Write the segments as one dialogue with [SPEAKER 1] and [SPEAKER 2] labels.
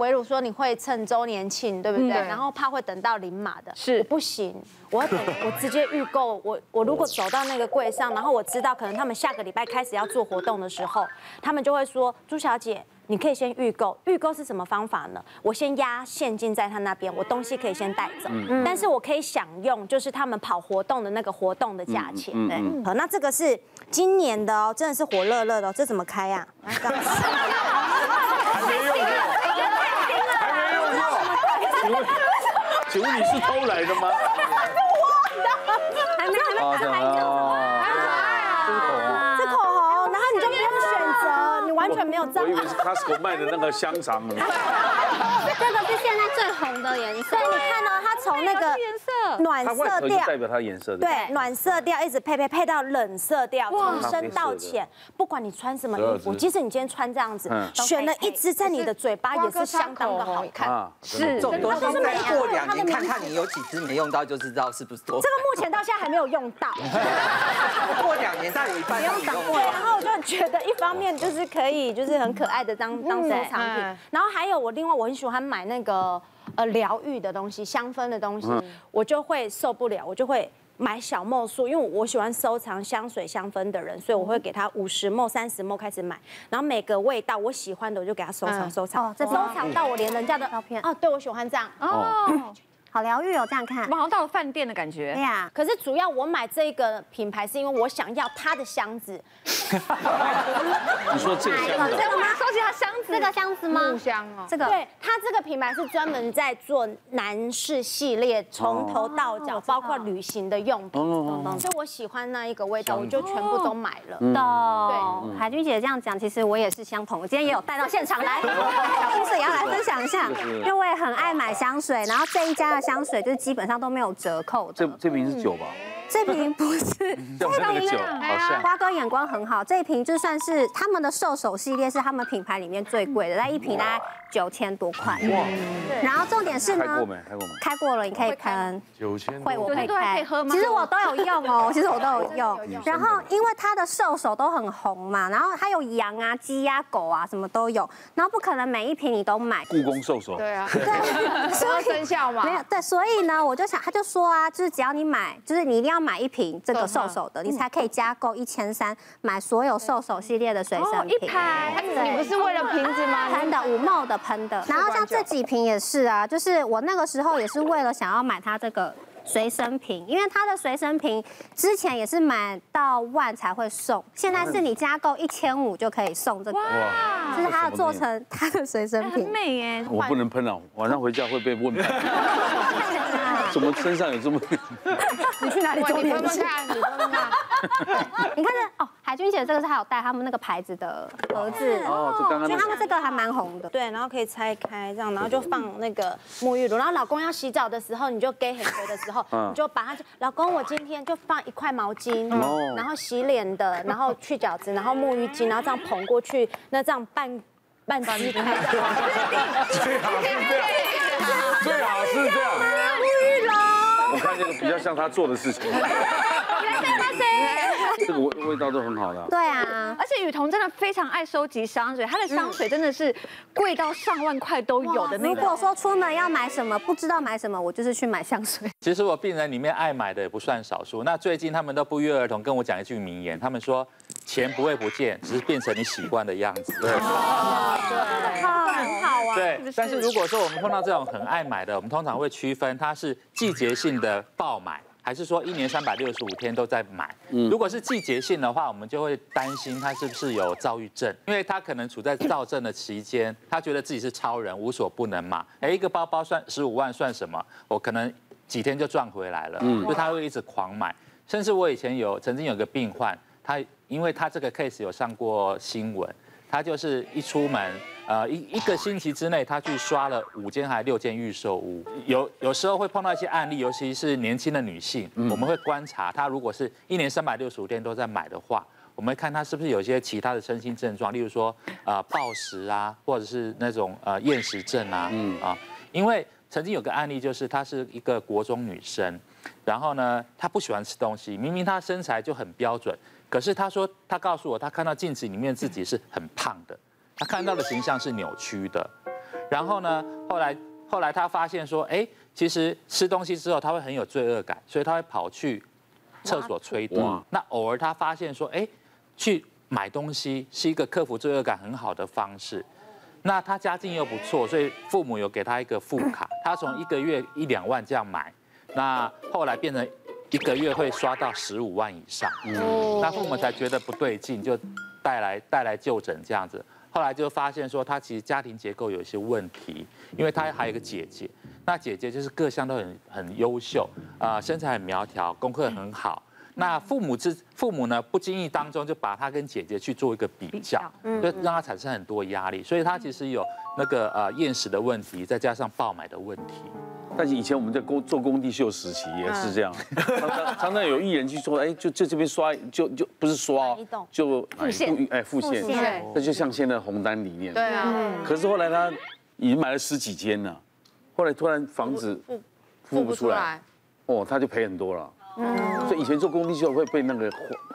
[SPEAKER 1] 维鲁说你会趁周年庆，对不对？然后怕会等到零码的，
[SPEAKER 2] 是
[SPEAKER 1] 我不行，我要等，我直接预购。我我如果走到那个柜上，然后我知道可能他们下个礼拜开始要做活动的时候，他们就会说朱小姐。你可以先预购，预购是什么方法呢？我先压现金在他那边，我东西可以先带走，但是我可以享用就是他们跑活动的那个活动的价钱。对，好，那这个是今年的哦，真的是火热热的、哦，这怎么开呀、啊？来刚刚
[SPEAKER 3] 还没用过，还没用过。请问，请问你是偷来的吗？
[SPEAKER 1] 还没还没
[SPEAKER 3] 啊，这啊，
[SPEAKER 1] 这口红，然后你就不用选择，你完全没有
[SPEAKER 3] 这
[SPEAKER 1] 障
[SPEAKER 3] 口红，我以
[SPEAKER 1] 碍
[SPEAKER 3] 为。是 Costco 卖的那个香肠。
[SPEAKER 4] 这个是现在最红的颜色
[SPEAKER 1] 对，，你看到它从那个
[SPEAKER 2] 颜色
[SPEAKER 1] 暖
[SPEAKER 3] 啊它
[SPEAKER 1] 色
[SPEAKER 3] 外壳就
[SPEAKER 1] 调。
[SPEAKER 3] 代表它的颜色。
[SPEAKER 1] 对，暖色调一直配配配到冷色调，
[SPEAKER 3] 嗯
[SPEAKER 1] 从深到
[SPEAKER 3] 啊
[SPEAKER 1] 浅，不管你穿什么衣
[SPEAKER 3] 对
[SPEAKER 1] 服，
[SPEAKER 3] 是
[SPEAKER 1] 即使你今天穿这样子
[SPEAKER 3] 嗯，
[SPEAKER 1] 选了一支在你的嘴巴也是相当的好看。
[SPEAKER 3] 不对啊，
[SPEAKER 2] 是
[SPEAKER 5] 这种东西再过两年看看你有几支没用到，就知道是不是多
[SPEAKER 1] 这。个目前到现在还没有用到，
[SPEAKER 5] 过两年再有一半
[SPEAKER 1] 不
[SPEAKER 5] 是
[SPEAKER 1] 用
[SPEAKER 5] 你
[SPEAKER 1] 等
[SPEAKER 5] 用
[SPEAKER 1] 我。
[SPEAKER 5] 到
[SPEAKER 1] 然。后我就很觉得一方面就是可以，就是很可爱的当当收藏品
[SPEAKER 4] 哎
[SPEAKER 2] 嗯，
[SPEAKER 1] 然后还有我另外我很喜欢买那个呃疗愈的东西、香氛的东西，我就会受不了，我就会。买小梦数，因为我喜欢收藏香水香氛的人，所以我会给他五十梦、三十梦开始买，然后每个味道我喜欢的我就给他收藏、
[SPEAKER 2] 嗯
[SPEAKER 1] 收藏，
[SPEAKER 4] 哦这
[SPEAKER 1] 收藏到我连人家的
[SPEAKER 4] 照片嗯
[SPEAKER 1] 哦，对我喜欢这样。
[SPEAKER 2] 哦，
[SPEAKER 4] 好疗愈哦，这样看
[SPEAKER 2] 我。们好像到了饭店的感
[SPEAKER 4] 对
[SPEAKER 2] 觉。
[SPEAKER 4] 呀，
[SPEAKER 1] 可是主要我买这个品牌是因为我想要它的箱子，
[SPEAKER 3] 你说这个香的，
[SPEAKER 2] 我们收集他箱子，
[SPEAKER 4] 这个箱子吗？
[SPEAKER 2] 木箱哦，
[SPEAKER 4] 这个
[SPEAKER 1] 对，它这个品牌是专门在做男士系列，从头到脚，包括旅行的用
[SPEAKER 3] 哦
[SPEAKER 1] 品。所以我喜欢那一个味道，我就全部都买了。
[SPEAKER 4] 懂。海君姐这样讲，其实我也是相同，我今天也有带到现场 来，小冰水也要来分享一下，
[SPEAKER 3] 是
[SPEAKER 4] 因为我也很爱买香水，然后这一家的香水就是基本上都没有折扣
[SPEAKER 3] 这
[SPEAKER 4] 的。
[SPEAKER 3] 这瓶是酒吧？
[SPEAKER 4] 这瓶不是，
[SPEAKER 3] 像我那个酒，好像。
[SPEAKER 4] 瓜哥眼光很好，这一瓶就算是他们的兽首系列是他们品牌里面最贵的，那一瓶大概九千多块。
[SPEAKER 3] 哇，
[SPEAKER 4] 然后重点是呢，
[SPEAKER 3] 嗯开过没？开过没？
[SPEAKER 4] 开过了，你可以喷。
[SPEAKER 3] 九千
[SPEAKER 4] 会我会
[SPEAKER 2] 对
[SPEAKER 4] 开，
[SPEAKER 2] 可以喝吗
[SPEAKER 4] 其实我都有用 哦，其实我都有用
[SPEAKER 3] 用。
[SPEAKER 4] 然后因为它的兽首都很红嘛，然后还有羊啊、鸡啊、狗啊，什么都有。然后不可能每一瓶你都 买，
[SPEAKER 3] 故宫兽首。
[SPEAKER 2] 对啊，
[SPEAKER 4] 对，
[SPEAKER 2] 十
[SPEAKER 4] 所
[SPEAKER 2] 二
[SPEAKER 4] 以
[SPEAKER 2] 生肖嘛，
[SPEAKER 4] 没有对，啊所以呢，我就想，他就说啊，就是只要你买，就是你一定要买一瓶这个兽首的，你才可以加购一千三买所有兽首系列的水
[SPEAKER 2] 哦
[SPEAKER 4] 生
[SPEAKER 2] 一
[SPEAKER 4] 瓶。
[SPEAKER 2] 排，你不是为了瓶子吗？
[SPEAKER 4] 喷的五毛的喷的，然后像这几瓶也是啊，就是我那个时候也是为了想要买它这个随身瓶，因为它的随身瓶之前也是买到万才会送，现在是你加购一千五就可以送这个，
[SPEAKER 2] 哇，
[SPEAKER 4] 就是它有做成它的随身
[SPEAKER 2] 很
[SPEAKER 4] 瓶。
[SPEAKER 2] 美耶，
[SPEAKER 3] 我不能喷啊，晚上回家会被问。
[SPEAKER 4] 哎
[SPEAKER 3] 怎么身上有这么？
[SPEAKER 4] 啊 你去哪
[SPEAKER 2] 哇你喷喷看，你喷喷看，
[SPEAKER 4] 你看这哦，海军姐这个是还有带他们那个牌子的盒子，
[SPEAKER 3] 哦，这
[SPEAKER 4] 我
[SPEAKER 3] 刚
[SPEAKER 4] 觉得
[SPEAKER 3] 刚那
[SPEAKER 4] 他们
[SPEAKER 3] 个。
[SPEAKER 4] 这个还蛮红的。
[SPEAKER 1] 对，然后可以拆开这样，然后就放那个沐浴乳，然后老公要洗澡的时候，你就给很多的时候，
[SPEAKER 3] 嗯
[SPEAKER 1] 你就把它就，老公我今天就放一块毛巾，
[SPEAKER 3] 哦
[SPEAKER 1] 然后洗脸的，然后去角质，然后沐浴巾，然后这样捧过去，那这样半半撕开，
[SPEAKER 3] 最好是这样，最好是这样。我看这个比较像他做的事情。这个味味道都很好的啊。
[SPEAKER 4] 对啊，
[SPEAKER 2] 而且雨桐真的非常爱收集香水，她的香水真的是贵到上万块都有的那
[SPEAKER 4] 如
[SPEAKER 2] 个。
[SPEAKER 4] 果说出门要买什么，不知道买什么，我就是去买香 水。
[SPEAKER 6] 其实我病人里面爱买的也不算少数。那最近他们都不约而同跟我讲一句名言，他们说：“钱不会不见，只是变成你习惯的样子。”对，
[SPEAKER 1] 很好啊。
[SPEAKER 6] 对。但是如果说我们碰到这种很爱买的，我们通常会区分它是季节性的爆买，还是说一年三百六十五天都在买。如果是季节性的话，我们就会担心他是不是有躁郁症，因为他可能处在躁症的期间，他觉得自己是超人，无所不能嘛。哎，一个包包算十五万算什么？我可能几天就赚回来了，就他会一直狂买。甚至我以前有曾经有个病患，他因为他这个 case 有上过新闻，他就是一出门，呃，一一个星期之内，他去刷了五间还六间预售屋。有有时候会碰到一些案例，尤其是年轻的女性，我们会观察她如果是一年三百六十五天都在买的话，我们会看她是不是有一些其他的身心症状，例如说呃暴食啊，或者是那种呃厌食症啊，啊，因为曾经有个案例就是她是一个国中女生，然后呢，她不喜欢吃东西，明明她身材就很标准，可是她说她告诉我，她看到镜子里面自己是很胖的，她看到的形象是扭曲的。然后呢，后来后来他发现说，哎，其实吃东西之后他会很有罪恶感，所以他会跑去厕所吹
[SPEAKER 3] 哇
[SPEAKER 6] 灯。那偶尔他发现说，哎，去买东西是一个克服罪恶感很好的方式。那他家境又不错，所以父母有给他一个副卡，他从一个月一两万这样买，那后来变成一个月会刷到十五万以上，那父母才觉得不对劲，就带来带来就诊这样子。后来就发现说他其实家庭结构有一些问题，因为他还有一个姐姐，那姐姐就是各项都很很优秀，啊、身材很苗条，功课很好。那父母之父母呢，不经意当中就把他跟姐姐去做一个比较，嗯就让他产生很多压力，所以他其实有那个呃厌食的问题，再加上爆买的问题。
[SPEAKER 3] 但是以前我们在工做工地秀时期也是这样，常常 常常有艺人去说，哎，就在这边刷，就就不是刷
[SPEAKER 1] 买一栋
[SPEAKER 3] 哦，就腹
[SPEAKER 2] 线，
[SPEAKER 3] 哎，腹
[SPEAKER 4] 腹线
[SPEAKER 3] 线，
[SPEAKER 2] 对
[SPEAKER 3] 那就像现在红单理念。
[SPEAKER 7] 对啊，
[SPEAKER 3] 可是后来他已经买了十几间了，后来突然房子
[SPEAKER 7] 付
[SPEAKER 3] 付不出来，，哦，他就赔很多了。所以以前做工地秀会被那个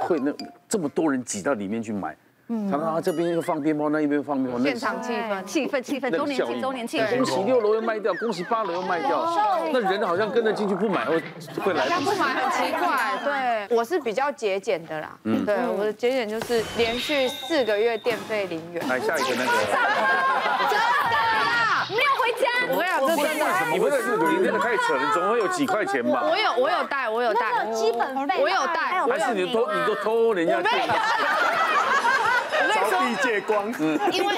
[SPEAKER 3] 会那这么多人挤到里面去买，常常啊他这边又放鞭炮，那一边放鞭炮，那
[SPEAKER 7] 现场气氛，
[SPEAKER 2] 气氛气氛，
[SPEAKER 3] 那个
[SPEAKER 2] 周年
[SPEAKER 3] 效应
[SPEAKER 2] 庆周年庆，
[SPEAKER 3] 恭喜六楼又卖掉，恭喜八楼又卖掉，那人好像跟着进去不买会会来
[SPEAKER 7] 大家哦不买很奇怪。对，我是比较节俭的啦，
[SPEAKER 3] 嗯
[SPEAKER 7] 对，我的节俭就是连续四个月电费零元。
[SPEAKER 3] 来下一个那个，
[SPEAKER 2] 没有回家。
[SPEAKER 7] 我跟你讲，这真的，
[SPEAKER 3] 你不是你那个太扯了，总会有几块钱吧
[SPEAKER 7] 我？有我有带，我有带，
[SPEAKER 4] 基本费
[SPEAKER 7] 我有带
[SPEAKER 2] 哎
[SPEAKER 4] 还有
[SPEAKER 3] 还是你偷你都偷
[SPEAKER 7] 啊
[SPEAKER 3] 人家去？
[SPEAKER 8] 招地借光，
[SPEAKER 7] 因为因为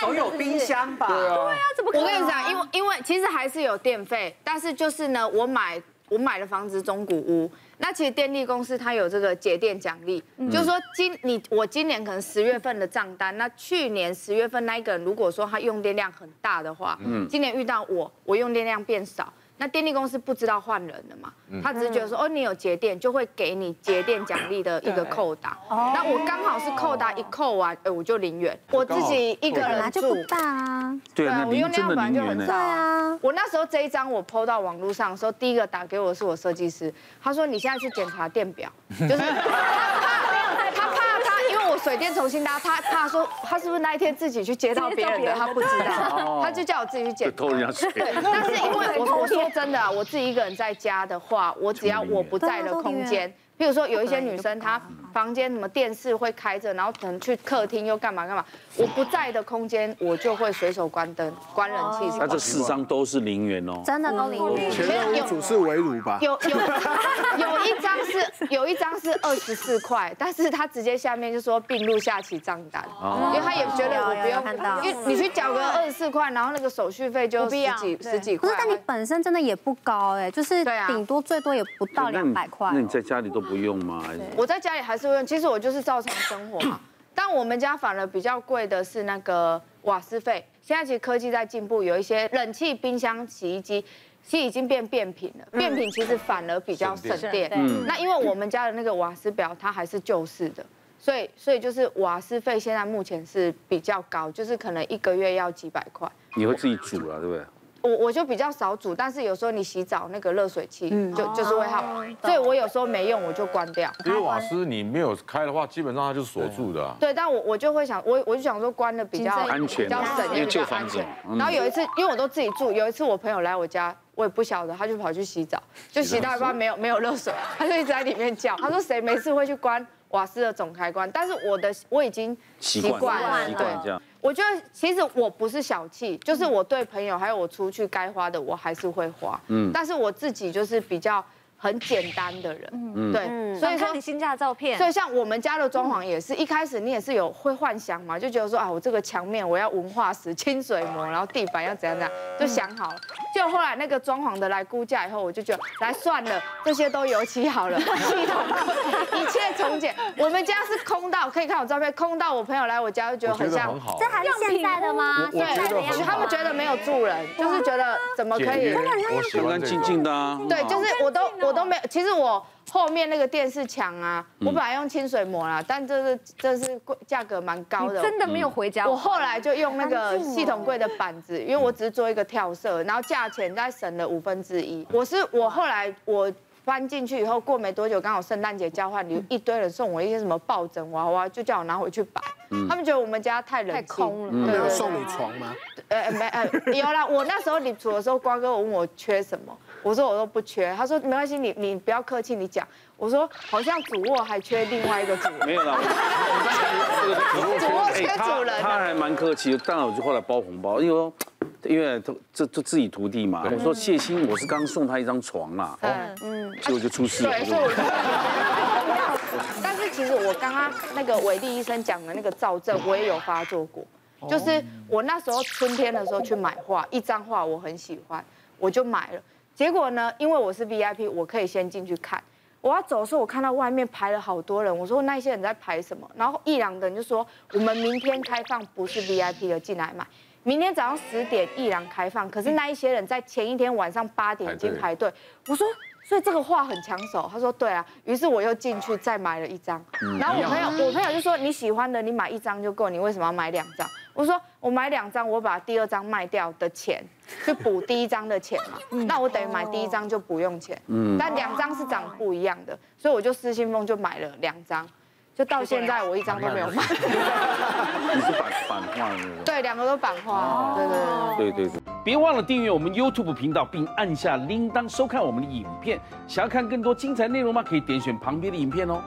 [SPEAKER 5] 总有冰箱吧？对啊，
[SPEAKER 7] 我跟你讲，因为因为其实还是有电费，但是就是呢，我买我买的房子是中古屋，那其实电力公司它有这个节电奖励，就是说今你我今年可能十月份的账单，那去年十月份那一个人如果说他用电量很大的话，今年遇到我，我用电量变少。那电力公司不知道换人了嘛？他只是觉得说，哦，你有节电，就会给你节电奖励的一个扣打。那我刚好是扣打一扣完，哎，我就零元。我自己一个
[SPEAKER 4] 本
[SPEAKER 7] 人
[SPEAKER 4] 来就
[SPEAKER 7] 住
[SPEAKER 4] 不，大啊，
[SPEAKER 3] 对啊，那
[SPEAKER 7] 我
[SPEAKER 3] 零
[SPEAKER 7] 用
[SPEAKER 3] 真的
[SPEAKER 7] 量本来
[SPEAKER 3] 零
[SPEAKER 7] 就
[SPEAKER 3] 元
[SPEAKER 7] 很
[SPEAKER 3] 呢
[SPEAKER 7] 少。？
[SPEAKER 4] 啊，
[SPEAKER 7] 我那时候这一张我 PO 到网络上的时候，第一个打给我的是我设计师，他说你现在去检查电 表，就是他怕他怕他，因为我水电重新搭，他怕说他是不是那一天自己去接到别人的，哦他不知道，他就叫我自己去
[SPEAKER 3] 就
[SPEAKER 7] 检查。
[SPEAKER 3] 偷人家水，
[SPEAKER 7] 对，但是因为我我说真的啊，我自己一个人在家的话，我只要我不在的空间，譬如说有一些女生她房间什么电视会开着，然后可能去客厅又干嘛干嘛，我不在的空间我就会随手关灯、关冷气
[SPEAKER 3] 他
[SPEAKER 7] 什么
[SPEAKER 3] 这
[SPEAKER 7] 的。
[SPEAKER 3] 四张都是零元哦。
[SPEAKER 4] 真的都零
[SPEAKER 2] 啊
[SPEAKER 4] 元。
[SPEAKER 8] 前任屋主是围乳吧？
[SPEAKER 7] 有有有一张是有一张是二十四块，但是他直接下面就说并入下期账单，因为他也觉得我不
[SPEAKER 4] 有有有看到
[SPEAKER 7] 用，因为你去缴个二十四块，然后那个手续费就
[SPEAKER 1] 不必
[SPEAKER 7] 十
[SPEAKER 1] 要
[SPEAKER 7] 几
[SPEAKER 1] 对
[SPEAKER 7] 十几
[SPEAKER 4] 不
[SPEAKER 7] 块
[SPEAKER 4] 是，，但你本身真的也不高哎，就是
[SPEAKER 7] 对啊
[SPEAKER 4] 顶多最多也不到
[SPEAKER 3] 那
[SPEAKER 4] 两
[SPEAKER 3] 你
[SPEAKER 4] 百
[SPEAKER 7] 哦
[SPEAKER 4] 块
[SPEAKER 3] 那。你在家里都不用吗？还是
[SPEAKER 7] 我在家里还是会用，其实我就是照常生活嘛。但我们家反而比较贵的是那个瓦斯费。现在其实科技在进步，有一些冷气、冰箱、洗衣机。其实已经变变频了，变频其实反而比较嗯省电。嗯那因为我们家的那个瓦斯表它还是旧式的，所以所以就是瓦斯费现在目前是比较高，就是可能一个月要几百块。
[SPEAKER 3] 你会自己煮啊，对不对？
[SPEAKER 7] 我我就比较少煮，但是有时候你洗澡那个热水器就就是会耗，所以我有时候没用我就关掉。
[SPEAKER 9] 因为瓦斯你没有开的话，基本上它就是锁住的啊。
[SPEAKER 7] 对，但我我就会想，我我就想说关的比较
[SPEAKER 3] 安全
[SPEAKER 7] 比较省，
[SPEAKER 3] 因
[SPEAKER 7] 也
[SPEAKER 3] 为
[SPEAKER 7] 比
[SPEAKER 3] 旧
[SPEAKER 7] 较
[SPEAKER 3] 房
[SPEAKER 7] 安
[SPEAKER 3] 子
[SPEAKER 7] 全
[SPEAKER 3] 嘛。嗯
[SPEAKER 7] 然后有一次，因为我都自己住，有一次我朋友来我家，我也不晓得，他就跑去洗澡，就洗到一半没有没有热水，他就一直在里面叫，他说谁没事会去关瓦斯的总开关，但是我的我已经
[SPEAKER 3] 习
[SPEAKER 7] 习
[SPEAKER 3] 惯
[SPEAKER 7] 惯了，
[SPEAKER 3] 习惯
[SPEAKER 7] 对
[SPEAKER 3] 这样。
[SPEAKER 7] 我觉得其实我不是小气，就是我对朋友还有我出去该花的我还是会花，嗯，但是我自己就是比较很简单的人，嗯，对，所以说
[SPEAKER 2] 看你新家的照片
[SPEAKER 7] 所，以像我们家的装潢也是，一开始你也是有会幻想嘛，就觉得说啊，我这个墙面我要文化石、清水膜，然后地板要怎样怎样，就想好了。结果后来那个装潢的来估价以后，我就觉得来算了，这些都油漆好了，系统一切从简。我们家是空到，可以看我照片，空到我朋友来我家就觉得
[SPEAKER 9] 我觉
[SPEAKER 7] 很
[SPEAKER 9] 得
[SPEAKER 7] 像
[SPEAKER 9] 很。好啊
[SPEAKER 4] 这，还是现在的吗？
[SPEAKER 9] 我
[SPEAKER 4] 现在的
[SPEAKER 9] 我觉得很
[SPEAKER 4] 样
[SPEAKER 9] 好
[SPEAKER 7] 他们觉得没有住人，就是觉得怎么可以？
[SPEAKER 9] 我喜
[SPEAKER 3] 干
[SPEAKER 9] 欢
[SPEAKER 3] 干
[SPEAKER 9] 这
[SPEAKER 3] 净
[SPEAKER 9] 种
[SPEAKER 3] 净的啊。
[SPEAKER 7] 对，就是我都
[SPEAKER 2] 哦
[SPEAKER 7] 我都没有。其实我后面那个电视墙啊，我本来用清水膜啦，但这是这是贵价格蛮高
[SPEAKER 2] 你
[SPEAKER 7] 的。
[SPEAKER 2] 真的没有回家。啊
[SPEAKER 7] 我后来就用那个
[SPEAKER 2] 哦
[SPEAKER 7] 系统柜的板子，因为我只是做一个跳色，然后价钱再省了五分之一。我是我后来我搬进去以后，过没多久，刚好圣诞节交换礼物，一堆人送我一些什么抱枕娃娃，就叫我拿回去摆。他们觉得我们家太冷
[SPEAKER 2] 太
[SPEAKER 7] 清
[SPEAKER 2] 空了
[SPEAKER 3] 嗯
[SPEAKER 7] 对
[SPEAKER 8] 那
[SPEAKER 7] 对
[SPEAKER 8] 有
[SPEAKER 7] 对
[SPEAKER 8] 送你床吗？
[SPEAKER 7] 呃没呃有啦， 我那时候你煮的时候，瓜哥问我缺什么，我说我都不缺，他说没关系，你你不要客气，你讲。我说好像主卧还缺另外一个主卧，
[SPEAKER 3] 没有啦， 我哎
[SPEAKER 7] 主卧缺主人
[SPEAKER 3] 他
[SPEAKER 7] 啊。
[SPEAKER 3] 还蛮客气的，当然我就后来包红包，因为说因为他这这自己徒弟嘛，我说谢欣，我是刚送他一张床啦，
[SPEAKER 7] 嗯
[SPEAKER 3] 结果就出事了。
[SPEAKER 7] 对，所以我就 但是其实我刚刚那个伟力医生讲的那个燥症，我也有发作过。就是我那时候春天的时候去买画，一张画我很喜欢，我就买了。结果呢，因为我是 VIP，我可以先进去看。我要走的时候，我看到外面排了好多人，我说那些人在排什么？然后一两个人就说我们明天开放，不是 VIP 的进来买。明天早上十点一郎开放，可是那一些人在前一天晚上八点已经排队。我说，所以这个画很抢手。他说对啊，于是我又进去再买了一张。然后我朋友，我朋友就说你喜欢的你买一张就够，你为什么要买两张？我说我买两张，我把第二张卖掉的钱去补第一张的钱嘛，那我等于买第一张就不用钱。但两张是长不一样的，所以我就失心疯就买了两张，就到现在我一张都没有买。哦
[SPEAKER 3] 你是版版画的那种。
[SPEAKER 7] 对，两个都版画，对对对。
[SPEAKER 3] 对对对，别忘了订阅我们 YouTube 频道，并按下铃铛收看我们的影片。想要看更多精彩内容吗？可以点选旁边的影片哦。